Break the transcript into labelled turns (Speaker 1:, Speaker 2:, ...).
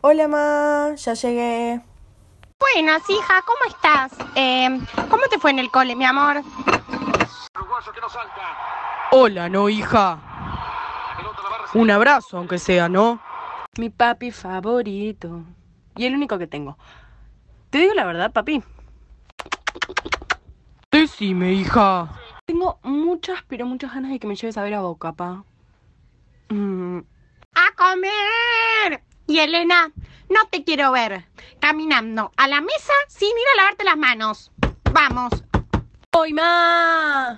Speaker 1: Hola, ma, ya llegué.
Speaker 2: Buenas, hija, ¿cómo estás? Eh, ¿Cómo te fue en el cole, mi amor?
Speaker 3: Uruguayo que no salta.
Speaker 4: Hola, ¿no, hija?
Speaker 3: Pelota la barra.
Speaker 4: Un abrazo, aunque sea, ¿no?
Speaker 5: Mi papi favorito. Y el único que tengo. Te digo la verdad, papi.
Speaker 4: Decime, hija.
Speaker 5: Tengo muchas, pero muchas ganas de que me lleves a ver a Boca, pa. Mm,
Speaker 2: ¡A comer! Y Elena, no te quiero ver. Caminando a la mesa sin ir a lavarte las manos. Vamos.
Speaker 5: ¡Voy, ma!